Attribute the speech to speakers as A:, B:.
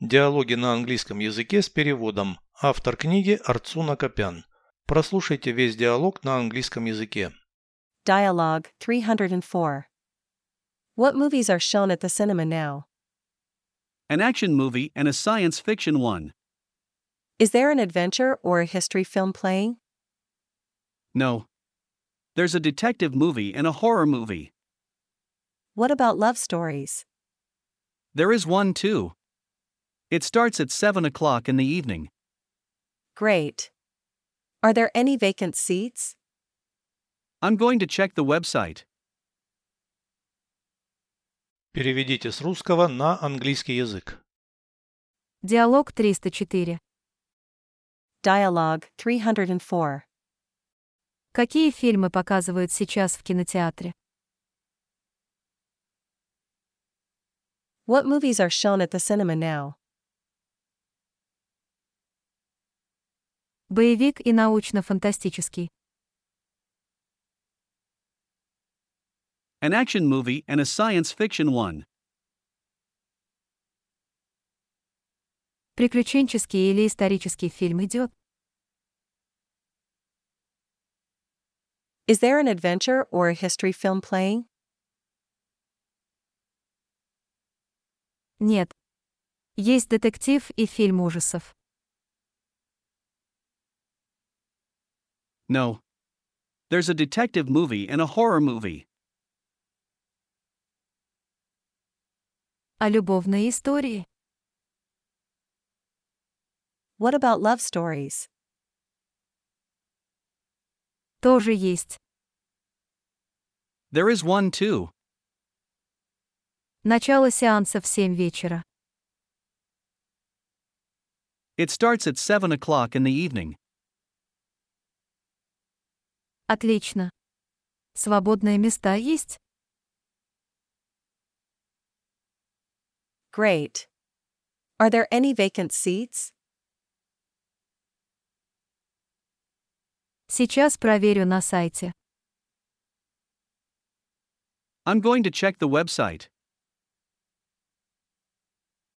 A: Диалоги на английском языке с переводом. Автор книги Арцуна Копян. Прослушайте весь диалог на английском языке.
B: Dialogue 304. What movies are shown at the cinema now?
C: an action movie, and a science fiction one.
B: Is there an adventure or a history film playing?
C: No. There's a detective movie and a horror movie.
B: What about love stories?
C: There is one too. It starts at 7 o'clock in the evening.
B: Great. Are there any vacant seats?
C: I'm going to check the website.
A: Переведите с русского на английский язык.
D: Диалог 304.
B: Dialogue 304.
D: Какие фильмы показывают сейчас в кинотеатре?
B: What movies are shown at the cinema now?
D: Боевик и научно-фантастический.
C: An action movie and a science fiction one.
D: Приключенческий или исторический фильм идет?
B: Is there an adventure or a history film playing?
D: Нет. Есть детектив и фильм ужасов.
C: No. There's a detective movie and a horror movie.
D: А любовные истории?
B: What about love stories?
D: Тоже есть.
C: There is one too.
D: Начало сеанса в 7 вечера.
C: It starts at 7 o'clock in the evening.
D: Отлично. Свободные места есть?
B: Great. Are there any vacant seats?
D: Сейчас проверю на сайте.
C: I'm going to check the website.